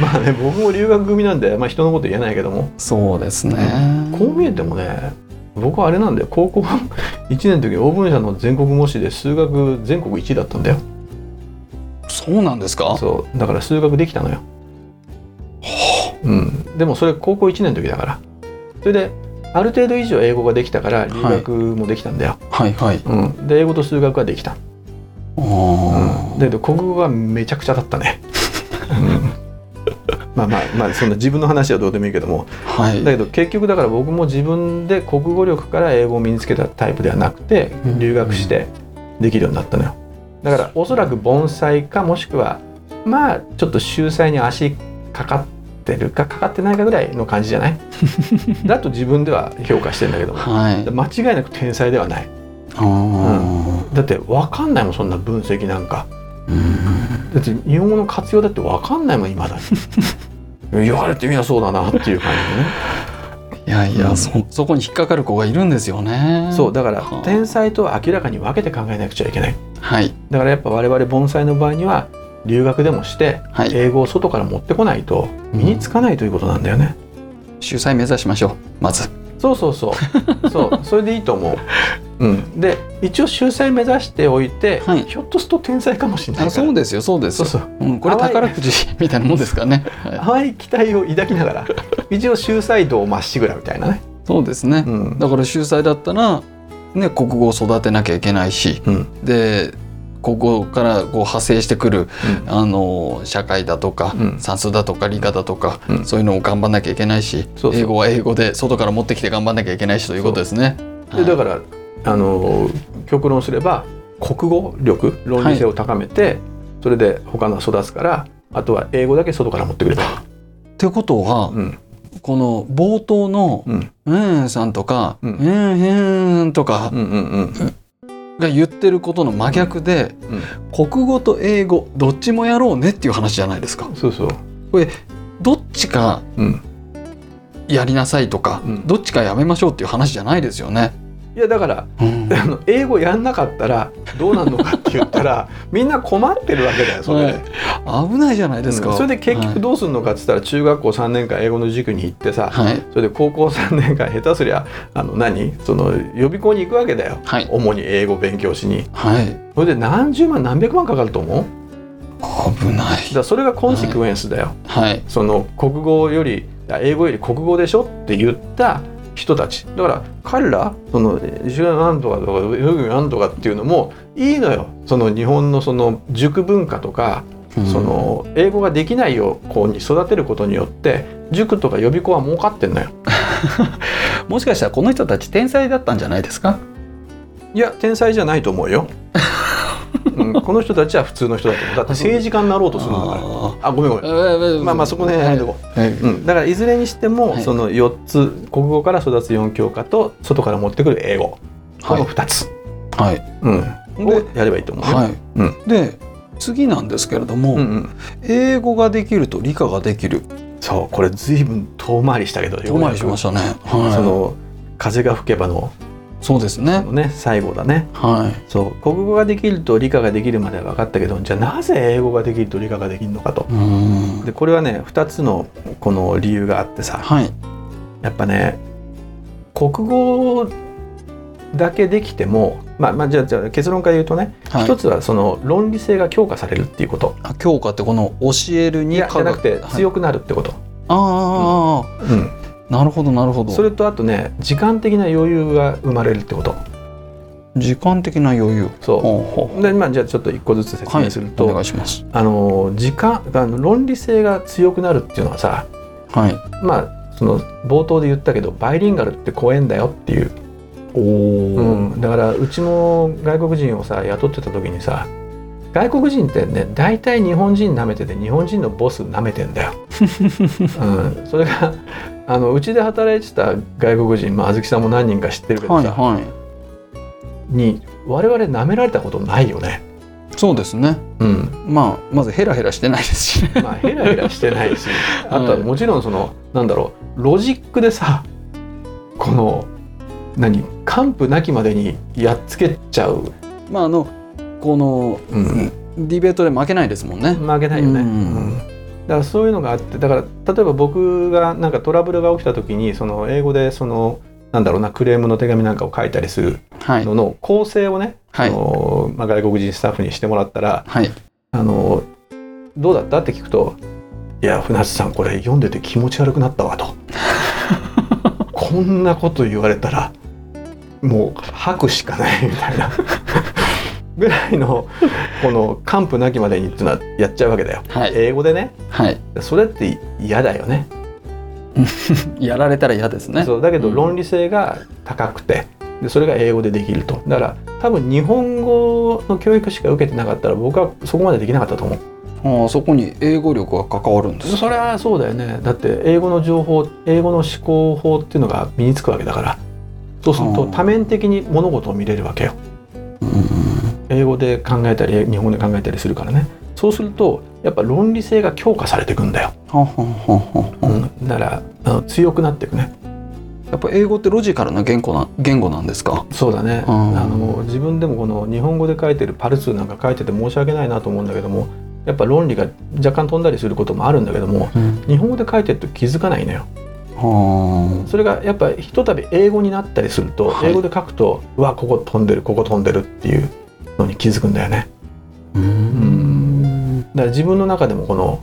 [SPEAKER 2] まあね僕も留学組なんで、まあ、人のこと言えないけども
[SPEAKER 1] そうですね。
[SPEAKER 2] こう見えてもね僕はあれなんだよ高校1年の時オーブン社の全国模試で数学全国1位だったんだよ
[SPEAKER 1] そうなんですか。
[SPEAKER 2] そうだから数学できたのよ、うん、でもそれ高校1年の時だからそれである程度以上英語ができたから留学もできたんだよ、
[SPEAKER 1] はいはい。
[SPEAKER 2] うん、で英語と数学ができた、
[SPEAKER 1] ああ、
[SPEAKER 2] うん、だけど国語がめちゃくちゃだったね、うん まあまあまあそんな自分の話はどうでもいいけども
[SPEAKER 1] はい。
[SPEAKER 2] だけど結局だから僕も自分で国語力から英語を身につけたタイプではなくて
[SPEAKER 1] うん
[SPEAKER 2] 留学してできるようになったのよだからおそらく盆栽かもしくはまあちょっと秀才に足かかってるかかかってないかぐらいの感じじゃ ないだと自分では評価してんだけども
[SPEAKER 1] はい。
[SPEAKER 2] 間違いなく天才ではない
[SPEAKER 1] ああ、
[SPEAKER 2] だって分かんないもんそんな分析なんか
[SPEAKER 1] うん
[SPEAKER 2] だって日本語の活用だって分かんないもんいまだに 言われてみりゃそうだなっていう感じね
[SPEAKER 1] いやいうや、
[SPEAKER 2] ん
[SPEAKER 1] そそこに引っかかる子がいるんですよね。
[SPEAKER 2] そうだから
[SPEAKER 1] はあ
[SPEAKER 2] 天才とは明らかに分けて考えなくちゃいけない
[SPEAKER 1] はい
[SPEAKER 2] だからやっぱ我々盆栽の場合には留学でもして
[SPEAKER 1] はい。
[SPEAKER 2] 英語を外から持ってこないと身につかないということなんだよね、
[SPEAKER 1] 秀才目指しましょう。まず。
[SPEAKER 2] そうそうそ うそうそれでいいと思う、うん、で一応秀才目指しておいて、
[SPEAKER 1] はい
[SPEAKER 2] ひょっとすると天才かもしれないから
[SPEAKER 1] あそうですよそうです
[SPEAKER 2] そ
[SPEAKER 1] よ
[SPEAKER 2] うそう
[SPEAKER 1] うん、これ
[SPEAKER 2] 淡い
[SPEAKER 1] 宝くじみたいなもんですからね、はい
[SPEAKER 2] 淡い期待を抱きながら一応秀才道まっしぐらみたいなね。
[SPEAKER 1] そうですね
[SPEAKER 2] う、ん。
[SPEAKER 1] だから秀才だったら、ね、国語を育てなきゃいけないし
[SPEAKER 2] うん。
[SPEAKER 1] でここからこう派生してくるあの社会だとか、
[SPEAKER 2] うん
[SPEAKER 1] 算数だとか理科だとか、
[SPEAKER 2] うん
[SPEAKER 1] そういうのを頑張んなきゃいけないし
[SPEAKER 2] そうそう
[SPEAKER 1] 英語は英語で外から持ってきて頑張んなきゃいけないしということですね。は
[SPEAKER 2] で
[SPEAKER 1] い
[SPEAKER 2] だからあの極論すれば国語力論理性を高めて、それで他の育つからあとは英語だけ外から持ってくれば、
[SPEAKER 1] ってことは、
[SPEAKER 2] うん
[SPEAKER 1] この冒頭の
[SPEAKER 2] うん、
[SPEAKER 1] 「うん」さんとか「う
[SPEAKER 2] うんん」
[SPEAKER 1] うんとか
[SPEAKER 2] うんうんうん
[SPEAKER 1] が言ってることの真逆で、国語と英語どっちもやろうねっていう話じゃないですか。
[SPEAKER 2] そうそう
[SPEAKER 1] どっちか
[SPEAKER 2] うん
[SPEAKER 1] やりなさいとか、
[SPEAKER 2] うん
[SPEAKER 1] どっちかやめましょうっていう話じゃないですよね。
[SPEAKER 2] いやだから
[SPEAKER 1] うん
[SPEAKER 2] あの英語やんなかったらどうなるのかって言った らみんな困ってるわけだよそれで,
[SPEAKER 1] は
[SPEAKER 2] う
[SPEAKER 1] い
[SPEAKER 2] ん、
[SPEAKER 1] 危ないじゃないですか。
[SPEAKER 2] それで結局
[SPEAKER 1] は
[SPEAKER 2] どうするのかって言ったら中学校3年間英語の塾に行ってさ、
[SPEAKER 1] い、はい
[SPEAKER 2] それで高校3年間下手すりゃあの何その予備校に行くわけだよ
[SPEAKER 1] はい
[SPEAKER 2] 主に英語勉強しに
[SPEAKER 1] はい
[SPEAKER 2] それで何十万何百万かかると思う
[SPEAKER 1] 危ない
[SPEAKER 2] だからそれがコンシクエンスだよ、
[SPEAKER 1] はい
[SPEAKER 2] その国語よりあ英語より国語でしょって言った人たちだから彼らその石川なんとかとかよくなんとかっていうのもいいのよその日本のその塾文化とか、
[SPEAKER 1] うん
[SPEAKER 2] その英語ができないよ子に育てることによって塾とか予備校は儲かってんのよ
[SPEAKER 1] もしかしたらこの人たち天才だったんじゃないですか
[SPEAKER 2] いや天才じゃないと思う よ、うんこの人たちは普通の人だと思うだって政治家になろうとするんだから
[SPEAKER 1] あ
[SPEAKER 2] あごめんごめん
[SPEAKER 1] ー
[SPEAKER 2] まあまあそこの辺やめとこう
[SPEAKER 1] はい
[SPEAKER 2] うん、だからいずれにしても、
[SPEAKER 1] はい
[SPEAKER 2] その4つ国語から育つ4教科と外から持ってくる英語こ
[SPEAKER 1] はい
[SPEAKER 2] の2つ、
[SPEAKER 1] はい
[SPEAKER 2] うん、
[SPEAKER 1] で
[SPEAKER 2] をやればいいと思うね、
[SPEAKER 1] はい、
[SPEAKER 2] うん
[SPEAKER 1] で次なんですけれども、
[SPEAKER 2] うんうん、
[SPEAKER 1] 英語ができると理科ができる
[SPEAKER 2] そうこれ随分遠回りしたけど
[SPEAKER 1] 遠回りしましたね、
[SPEAKER 2] よう
[SPEAKER 1] は
[SPEAKER 2] や
[SPEAKER 1] い、
[SPEAKER 2] くその風が吹けばの
[SPEAKER 1] そうです
[SPEAKER 2] あ
[SPEAKER 1] ね
[SPEAKER 2] のね最後だね
[SPEAKER 1] はい
[SPEAKER 2] そう国語ができると理科ができるまでは分かったけどじゃあなぜ英語ができると理科ができるのかと
[SPEAKER 1] うーん
[SPEAKER 2] でこれはね2つのこの理由があってさ
[SPEAKER 1] はい
[SPEAKER 2] やっぱね国語だけできてもまあまあじゃあじゃあ結論から言うとね
[SPEAKER 1] はい
[SPEAKER 2] 一つはその論理性が強化されるっていうこと
[SPEAKER 1] あ教科ってこの教える
[SPEAKER 2] い
[SPEAKER 1] に
[SPEAKER 2] やじゃなくて
[SPEAKER 1] はい
[SPEAKER 2] 強くなるってこと、
[SPEAKER 1] あーあーあ
[SPEAKER 2] うん
[SPEAKER 1] ーなるほどなるほど
[SPEAKER 2] それとあとね時間的な余裕が生まれるってこと
[SPEAKER 1] 時間的な余裕
[SPEAKER 2] そ
[SPEAKER 1] ほうほ
[SPEAKER 2] うで、まあ、じゃあちょっと一個ずつ
[SPEAKER 1] う
[SPEAKER 2] 説
[SPEAKER 1] はい
[SPEAKER 2] 明すると、
[SPEAKER 1] お願いします
[SPEAKER 2] あの時間あの論理性が強くなるっていうのはさ
[SPEAKER 1] はい
[SPEAKER 2] まあその冒頭で言ったけどバイリンガルって怖えんだよっていう、
[SPEAKER 1] おお
[SPEAKER 2] うん、だからうちも外国人をさ雇ってた時にさ外国人ってね大体日本人舐めてて日本人のボス舐めてん だよ。うん、それがあのうちで働いてた外国人、まあずきさんも何人か知ってるけど
[SPEAKER 1] はい
[SPEAKER 2] さ、
[SPEAKER 1] は
[SPEAKER 2] に我々舐められたことないよね。
[SPEAKER 1] いそうですね
[SPEAKER 2] うん、
[SPEAKER 1] まあまずヘラヘラしてないですしね
[SPEAKER 2] まあヘラヘラしてないしあ とはもちろんそのなんだろうロジックでさこの何完膚なきまでにやっつけちゃう、
[SPEAKER 1] まああのこの
[SPEAKER 2] うん、
[SPEAKER 1] ディベートで負けないですもんね
[SPEAKER 2] 負けないよね。
[SPEAKER 1] うん
[SPEAKER 2] うんだからそういうのがあってだから例えば僕がなんかトラブルが起きた時にその英語でそのなんだろうなクレームの手紙なんかを書いたりする
[SPEAKER 1] はい
[SPEAKER 2] のの構成をね
[SPEAKER 1] は
[SPEAKER 2] あ
[SPEAKER 1] い
[SPEAKER 2] のまあ、外国人スタッフにしてもらったら
[SPEAKER 1] はい
[SPEAKER 2] あのどうだったって聞くと「いや船津さんこれ読んでて気持ち悪くなったわ」 と「こんなこと言われたらもう吐くしかない」みたいなぐらいのこの完膚なきまでにっていうのはやっちゃうわけだよ。
[SPEAKER 1] はい
[SPEAKER 2] 英語でね
[SPEAKER 1] はい
[SPEAKER 2] それって嫌だよね
[SPEAKER 1] やられたら嫌ですね
[SPEAKER 2] そうだけど
[SPEAKER 1] うん
[SPEAKER 2] 論理性が高くてでそれが英語でできるとだから多分日本語の教育しか受けてなかったら僕はそこまでできなかったと思う
[SPEAKER 1] ああそこに英語力が関わるんです
[SPEAKER 2] それはそうだよねだって英語の情報英語の思考法っていうのが身につくわけだからそうする
[SPEAKER 1] う
[SPEAKER 2] と
[SPEAKER 1] ん
[SPEAKER 2] 多面的に物事を見れるわけよ英語で考えたり日本語で考えたりするからねそうするとやっぱ論理性が強化されていくんだよ、
[SPEAKER 1] はははは
[SPEAKER 2] うん、だからあの強くなっていくね
[SPEAKER 1] やっぱ英語ってロジカルな言語な言語なんですか
[SPEAKER 2] そうだね、
[SPEAKER 1] うん
[SPEAKER 2] あの自分でもこの日本語で書いてるパルツーなんか書いてて申し訳ないなと思うんだけどもやっぱ論理が若干飛んだりすることもあるんだけども日本語で書いてると気づかないのよ
[SPEAKER 1] は
[SPEAKER 2] それがやっぱひとたび英語になったりすると、
[SPEAKER 1] はい
[SPEAKER 2] 英語で書くとうわここ飛んでるここ飛んでるっていうのに気づくんだよね
[SPEAKER 1] あうん
[SPEAKER 2] だから自分の中でもこの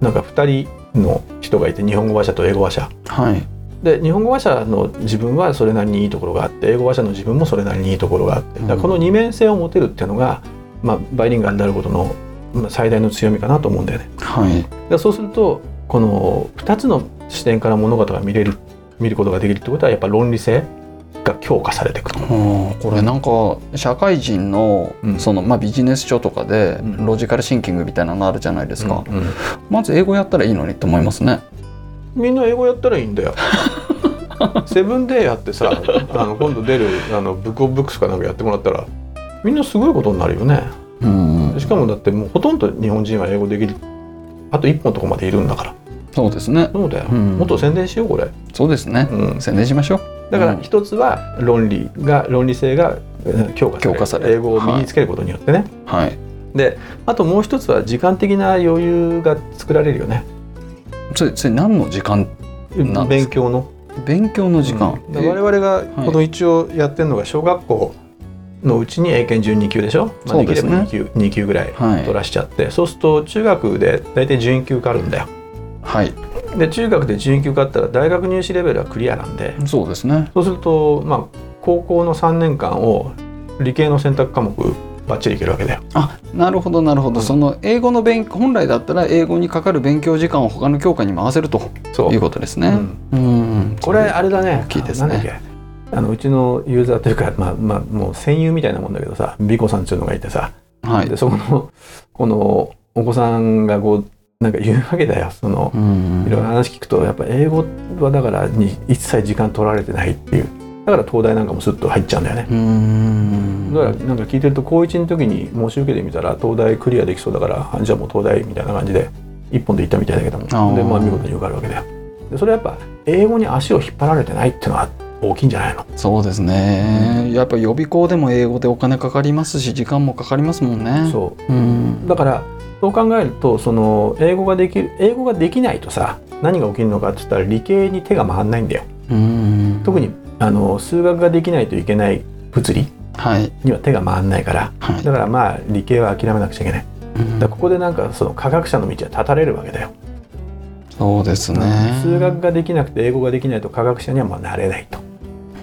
[SPEAKER 2] なんか2人の人がいて日本語話者と英語話者
[SPEAKER 1] はい
[SPEAKER 2] で日本語話者の自分はそれなりにいいところがあって英語話者の自分もそれなりにいいところがあってだからこの二面性を持てるっていうのが、まあ、バイリンガルになることのまあ最大の強みかなと思うんだよね。
[SPEAKER 1] はい
[SPEAKER 2] でそうするとこの2つの視点から物事が見れる見ることができるってことはやっぱ論理性が強化されていくと。
[SPEAKER 1] うんこれなんか社会人の
[SPEAKER 2] うん
[SPEAKER 1] その、まあ、ビジネス書とかで
[SPEAKER 2] うん
[SPEAKER 1] ロジカルシンキングみたいなのあるじゃないですか、
[SPEAKER 2] うんうん
[SPEAKER 1] まず英語やったらいいのにと思いますね
[SPEAKER 2] みんな英語やったらいいん だよ。セブンデーやってさあの今度出るあのブックオブブックスかなんかやってもらったらみんなすごいことになるよね。
[SPEAKER 1] うん
[SPEAKER 2] しかもだってもうほとんど日本人は英語できるあと一本のとこまでいるんだから
[SPEAKER 1] そうですね
[SPEAKER 2] そうだよ、
[SPEAKER 1] うん
[SPEAKER 2] もっと宣伝しようこれ、
[SPEAKER 1] そうですね
[SPEAKER 2] う、ん、
[SPEAKER 1] 宣伝しましょう
[SPEAKER 2] だから
[SPEAKER 1] うん
[SPEAKER 2] 一つは論理が論理性がうん強化される
[SPEAKER 1] 強化される
[SPEAKER 2] 英語を身につけることによってね、
[SPEAKER 1] はい
[SPEAKER 2] であともう一つは時間的な余裕が作られるよね
[SPEAKER 1] それそれ何の時間なんです
[SPEAKER 2] 勉強の
[SPEAKER 1] 勉強の時間、
[SPEAKER 2] うんだから我々がこの一応やってるのが小学校のうちに英検12級でしょ、まあ、
[SPEAKER 1] そう
[SPEAKER 2] でき
[SPEAKER 1] で
[SPEAKER 2] れ
[SPEAKER 1] すね
[SPEAKER 2] ば2級 ,2 級ぐらい
[SPEAKER 1] はい
[SPEAKER 2] 取らしちゃって、そうすると中学で大体12級受かるんだよ
[SPEAKER 1] はい
[SPEAKER 2] で中学で準級勝ったら大学入試レベルはクリアなんで
[SPEAKER 1] そうですね
[SPEAKER 2] そうすると、まあ、高校の3年間を理系の選択科目バッチリいけるわけだよ。
[SPEAKER 1] あなるほどなるほど、
[SPEAKER 2] うん
[SPEAKER 1] その英語の勉本来だったら英語にかかる勉強時間を他の教科に回せると
[SPEAKER 2] そ
[SPEAKER 1] いうことです
[SPEAKER 2] う
[SPEAKER 1] ね、
[SPEAKER 2] ん
[SPEAKER 1] うん
[SPEAKER 2] これあれだね
[SPEAKER 1] 大きいですね
[SPEAKER 2] なんだっけあのうちのユーザーというか、まあまあ、もう戦友みたいなもんだけどさ美子さんっていうのがいてさ、
[SPEAKER 1] はい
[SPEAKER 2] でそこのこのお子さんがこうなんか言うわけだよその
[SPEAKER 1] うん
[SPEAKER 2] いろいろ話聞くとやっぱ英語はだからに一切時間取られてないっていうだから東大なんかもスッと入っちゃうんだよね。
[SPEAKER 1] うーん
[SPEAKER 2] だからなんか聞いてると高1の時に申し受けてみたら東大クリアできそうだからあじゃあもう東大みたいな感じで一本で行ったみたいだけども
[SPEAKER 1] ー
[SPEAKER 2] でまあ見事に受かるわけだよでそれはやっぱ英語に足を引っ張られてないっていうのは大きいんじゃないの
[SPEAKER 1] そうですねやっぱ予備校でも英語でお金かかりますし時間もかかりますもんね
[SPEAKER 2] そううんだからそう考えるとその英語ができる英語ができないとさ何が起きるのかって言ったら理系に手が回んないんだよ
[SPEAKER 1] うん
[SPEAKER 2] 特にあの数学ができないといけない物理
[SPEAKER 1] はい
[SPEAKER 2] には手が回んないから
[SPEAKER 1] はい
[SPEAKER 2] だからまあ理系は諦めなくちゃいけない
[SPEAKER 1] うん
[SPEAKER 2] だからここでなんかその科学者の道は断たれるわけだよ
[SPEAKER 1] そうですね
[SPEAKER 2] 数学ができなくて英語ができないと科学者にはまあなれないと。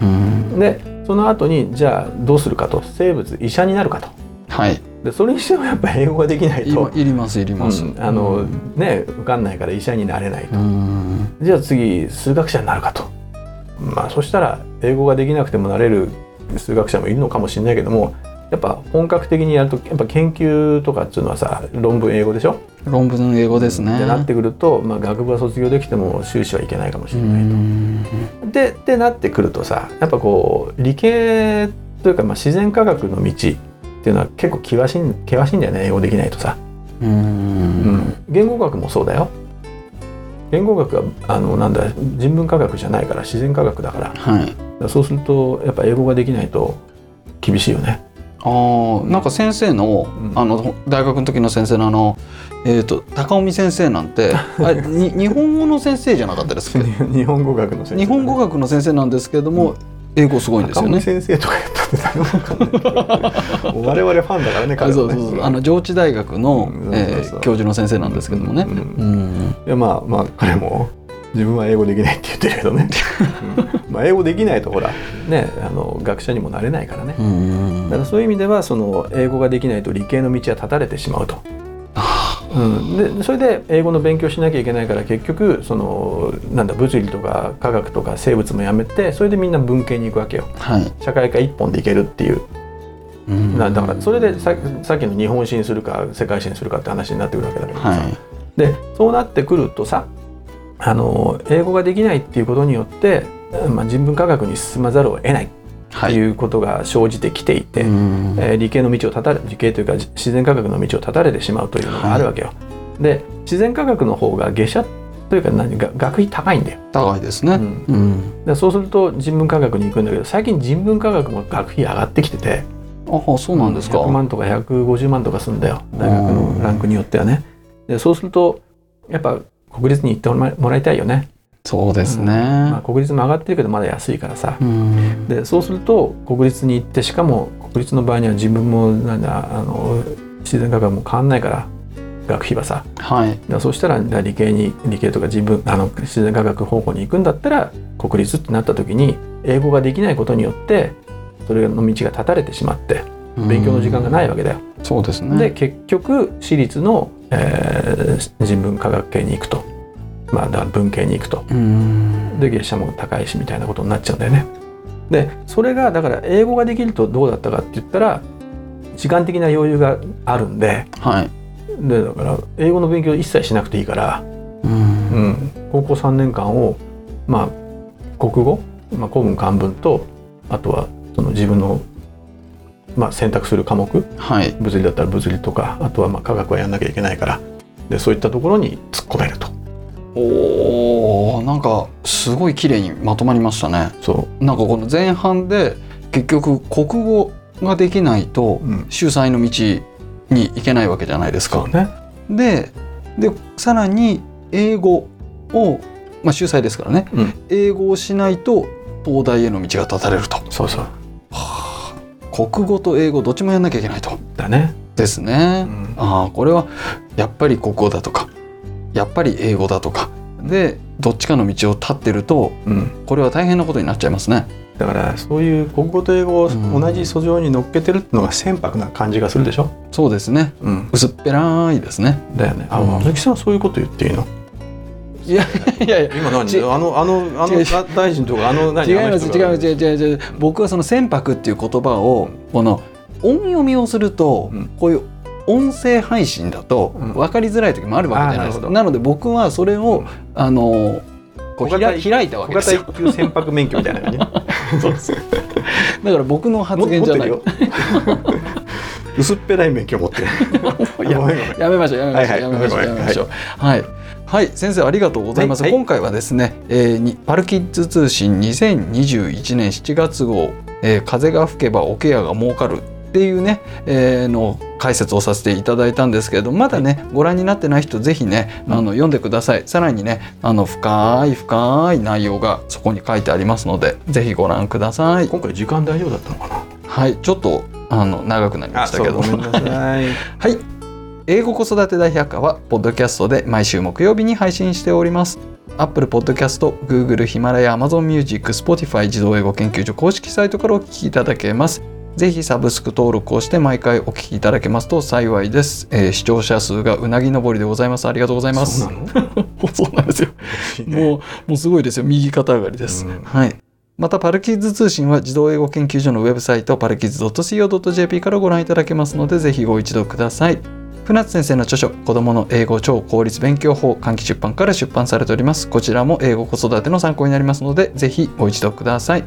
[SPEAKER 1] うん
[SPEAKER 2] でその後にじゃあどうするかと生物医者になるかと。
[SPEAKER 1] はい
[SPEAKER 2] でそれにしてもやっぱ英語ができない
[SPEAKER 1] 今
[SPEAKER 2] と。
[SPEAKER 1] いりますいります、
[SPEAKER 2] うんあのね受かんないから医者になれないと、
[SPEAKER 1] うん
[SPEAKER 2] じゃあ次数学者になるかとまあそしたら英語ができなくてもなれる数学者もいるのかもしれないけどもやっぱ本格的にやるとやっぱ研究とかっていうのはさ論文英語でしょ
[SPEAKER 1] 論文の英語ですね
[SPEAKER 2] ってなってくると、まあ、学部は卒業できても修士はいけないかもし
[SPEAKER 1] う
[SPEAKER 2] れないと。
[SPEAKER 1] ん
[SPEAKER 2] でってなってくるとさやっぱこう理系というか、まあ、自然科学の道っていうのは結構険しい険しいんだよね英語できないとさ、
[SPEAKER 1] う
[SPEAKER 2] うんん言語学もそうだよ言語学はあのなんだ人文科学じゃないから自然科学だからだか
[SPEAKER 1] はい
[SPEAKER 2] らそうするとやっぱ英語ができないと厳しいよね
[SPEAKER 1] あーなんか先生の,、
[SPEAKER 2] うん
[SPEAKER 1] あの大学の時の先生のあの、えー、と高尾先生なん てあれに日本語の先生じゃなかったですっけ
[SPEAKER 2] 日本語学の先生、
[SPEAKER 1] 日本語学の先生なんですけれども、英語すごいんですよね。
[SPEAKER 2] 先生とかやったって誰も分かんないけ ど我々ファンだからね
[SPEAKER 1] あ
[SPEAKER 2] 彼
[SPEAKER 1] そう
[SPEAKER 2] はね
[SPEAKER 1] そうそうあの上智大学の、
[SPEAKER 2] うん
[SPEAKER 1] えー
[SPEAKER 2] そうそうそう
[SPEAKER 1] 教授の先生なんですけどもね。
[SPEAKER 2] うん
[SPEAKER 1] うん
[SPEAKER 2] でまあまあ彼も自分は英語できないって言ってるけ どね、うんまあ英語できないとほらねあの学者にもなれないからね、
[SPEAKER 1] うん
[SPEAKER 2] だからそういう意味ではその英語ができないと理系の道は断たれてしまうと、うん、でそれで英語の勉強しなきゃいけないから結局そのなんだ物理とか科学とか生物もやめてそれでみんな文系に行くわけよ
[SPEAKER 1] はい
[SPEAKER 2] 社会科一本でいけるっていう
[SPEAKER 1] うん
[SPEAKER 2] なだからそれでささっきの日本史にするか世界史にするかって話になってくるわけだけどさ、
[SPEAKER 1] はい
[SPEAKER 2] でそうなってくるとさあの英語ができないっていうことによって、まあ、人文科学に進まざるを得ないっ
[SPEAKER 1] は
[SPEAKER 2] て
[SPEAKER 1] い
[SPEAKER 2] いうことが生じてきていて、
[SPEAKER 1] うん
[SPEAKER 2] えー理系の道を断たれ理系というかじ自然科学の道を断たれてしまうというのがあるわけよ。で自然科学の方が下車というか何が学費高いんだよ。
[SPEAKER 1] 高いです
[SPEAKER 2] う
[SPEAKER 1] ね。
[SPEAKER 2] ん
[SPEAKER 1] うん
[SPEAKER 2] でそうすると人文科学に行くんだけど最近人文科学も学費上がってきてて
[SPEAKER 1] あそうなんですか。
[SPEAKER 2] 100万とか150万とかするんだよ大学のランクによってはね。でそうするとやっぱ国立に行ってもらもらいたいよね。
[SPEAKER 1] そうですね。
[SPEAKER 2] まあ、国立も上がってるけどまだ安いからさ
[SPEAKER 1] うん
[SPEAKER 2] でそうすると国立に行ってしかも国立の場合には自分もなんだあの自然科学も変わんないから学費はさ
[SPEAKER 1] はい
[SPEAKER 2] だからそしたらだから理系に理系とか自分あの自然科学方向に行くんだったら国立ってなった時に英語ができないことによってそれの道が断たれてしまって勉強の時間がないわけだよ。
[SPEAKER 1] うんそうですね
[SPEAKER 2] で結局私立の、えー人文科学系に行くと、まあ、だから文系に行くと
[SPEAKER 1] うん
[SPEAKER 2] で月謝も高いしみたいなことになっちゃうんだよね。でそれがだから英語ができるとどうだったかって言ったら時間的な余裕があるんで
[SPEAKER 1] はい
[SPEAKER 2] でだから英語の勉強一切しなくていいから、
[SPEAKER 1] うん
[SPEAKER 2] うん、高校3年間を、まあ、国語、まあ、古文漢文とあとはその自分の、まあ、選択する科目
[SPEAKER 1] はい
[SPEAKER 2] 物理だったら物理とかあとはまあ科学はやんなきゃいけないからでそういったところに突っ込めると
[SPEAKER 1] おーなんかすごい綺麗にまとまりましたね
[SPEAKER 2] そ
[SPEAKER 1] なんかこの前半で結局国語ができないと
[SPEAKER 2] う、うん、
[SPEAKER 1] 秀才の道に行けないわけじゃないです
[SPEAKER 2] そ
[SPEAKER 1] か
[SPEAKER 2] うね
[SPEAKER 1] ででさらに英語をまあ秀才ですからね、
[SPEAKER 2] うん
[SPEAKER 1] 英語をしないと東大への道が断たれると
[SPEAKER 2] そうそう
[SPEAKER 1] 国語と英語どっちもやんなきゃいけないと
[SPEAKER 2] だね、
[SPEAKER 1] です
[SPEAKER 2] う
[SPEAKER 1] ね、
[SPEAKER 2] ん、
[SPEAKER 1] ああこれはやっぱり国語だとかやっぱり英語だとかでどっちかの道を立ってると
[SPEAKER 2] うん、
[SPEAKER 1] これは大変なことになっちゃいますね
[SPEAKER 2] だからそういう国語と英語を
[SPEAKER 1] うん
[SPEAKER 2] 同じ素性に乗っけてるってのが船舶な感じがするでしょ、
[SPEAKER 1] そうですね
[SPEAKER 2] うん、
[SPEAKER 1] 薄っぺらいです ね
[SPEAKER 2] だよねあ
[SPEAKER 1] うん
[SPEAKER 2] 鈴木さんそういうこと言っていいの
[SPEAKER 1] いやいやいや
[SPEAKER 2] 今何
[SPEAKER 1] ち
[SPEAKER 2] あのあのあ
[SPEAKER 1] 違う違
[SPEAKER 2] の
[SPEAKER 1] う
[SPEAKER 2] 大臣とかあの何
[SPEAKER 1] 違います
[SPEAKER 2] あの人
[SPEAKER 1] 違い
[SPEAKER 2] が
[SPEAKER 1] ます違う違う違う僕はその「船舶」っていう言葉をこの音読みをすると、
[SPEAKER 2] うん
[SPEAKER 1] こういう音声配信だと
[SPEAKER 2] うん
[SPEAKER 1] 分かりづらい時もあるわけじゃないですか、
[SPEAKER 2] あーな
[SPEAKER 1] なので僕はそれを、
[SPEAKER 2] うん
[SPEAKER 1] あのこう
[SPEAKER 2] 小
[SPEAKER 1] ひら
[SPEAKER 2] 型い
[SPEAKER 1] 開いたわ
[SPEAKER 2] 小
[SPEAKER 1] けで
[SPEAKER 2] 型
[SPEAKER 1] すよ
[SPEAKER 2] 一級船舶免許みたいな感じね
[SPEAKER 1] だから僕の発言じゃない
[SPEAKER 2] 持ってるよ 薄っぺらい免許持ってる
[SPEAKER 1] いや
[SPEAKER 2] ごめんごめん
[SPEAKER 1] やめましょうやめましょう、
[SPEAKER 2] はいはい
[SPEAKER 1] やめましょう
[SPEAKER 2] ごめ
[SPEAKER 1] や
[SPEAKER 2] んご
[SPEAKER 1] め
[SPEAKER 2] めん
[SPEAKER 1] ましょうはい、はい、先生ありがとうございます、
[SPEAKER 2] はいはい
[SPEAKER 1] 今回はですね、えーにパルキッズ通信2021年7月号、えー風が吹けば桶屋が儲かるっていうね、えーの解説をさせていただいたんですけれどまだねご覧になってない人ぜひねあの読んでくださいさらにねあの深い深い内容がそこに書いてありますのでぜひご覧ください
[SPEAKER 2] 今回時間大丈夫だったのかな
[SPEAKER 1] はいちょっとあの長くなりましたけども
[SPEAKER 2] んなさい
[SPEAKER 1] はい。英語子育て大百科はポッドキャストで毎週木曜日に配信しております。Apple Podcast、Google、ヒマラヤ、Amazon Music、Spotify 自動英語研究所公式サイトからお聞きいただけます。ぜひサブスク登録をして毎回お聞きいただけますと幸いです。えー視聴者数がうなぎ登りでござい ます。ありがとうございます。
[SPEAKER 2] そうなの
[SPEAKER 1] そうなんですよ。もう、もうすごいですよ。右肩上がり です。
[SPEAKER 2] うん
[SPEAKER 1] はい。また、パルキッズ通信は児童英語研究所のウェブサイト、パルキッズ .co.jp からご覧いただけますので、ぜひご一読ください。船津先生の著書、子供の英語超効率勉強法、換気出版から出版されております。こちらも英語子育ての参考になりますので、ぜひご一読ください。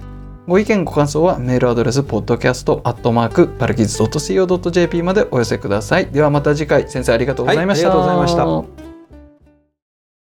[SPEAKER 1] ご意見、ご感想はメールアドレス、podcast、パルキッズ .co.jp までお寄せください。ではまた次回、先生ありがとうございました。
[SPEAKER 2] はいありがとうございました。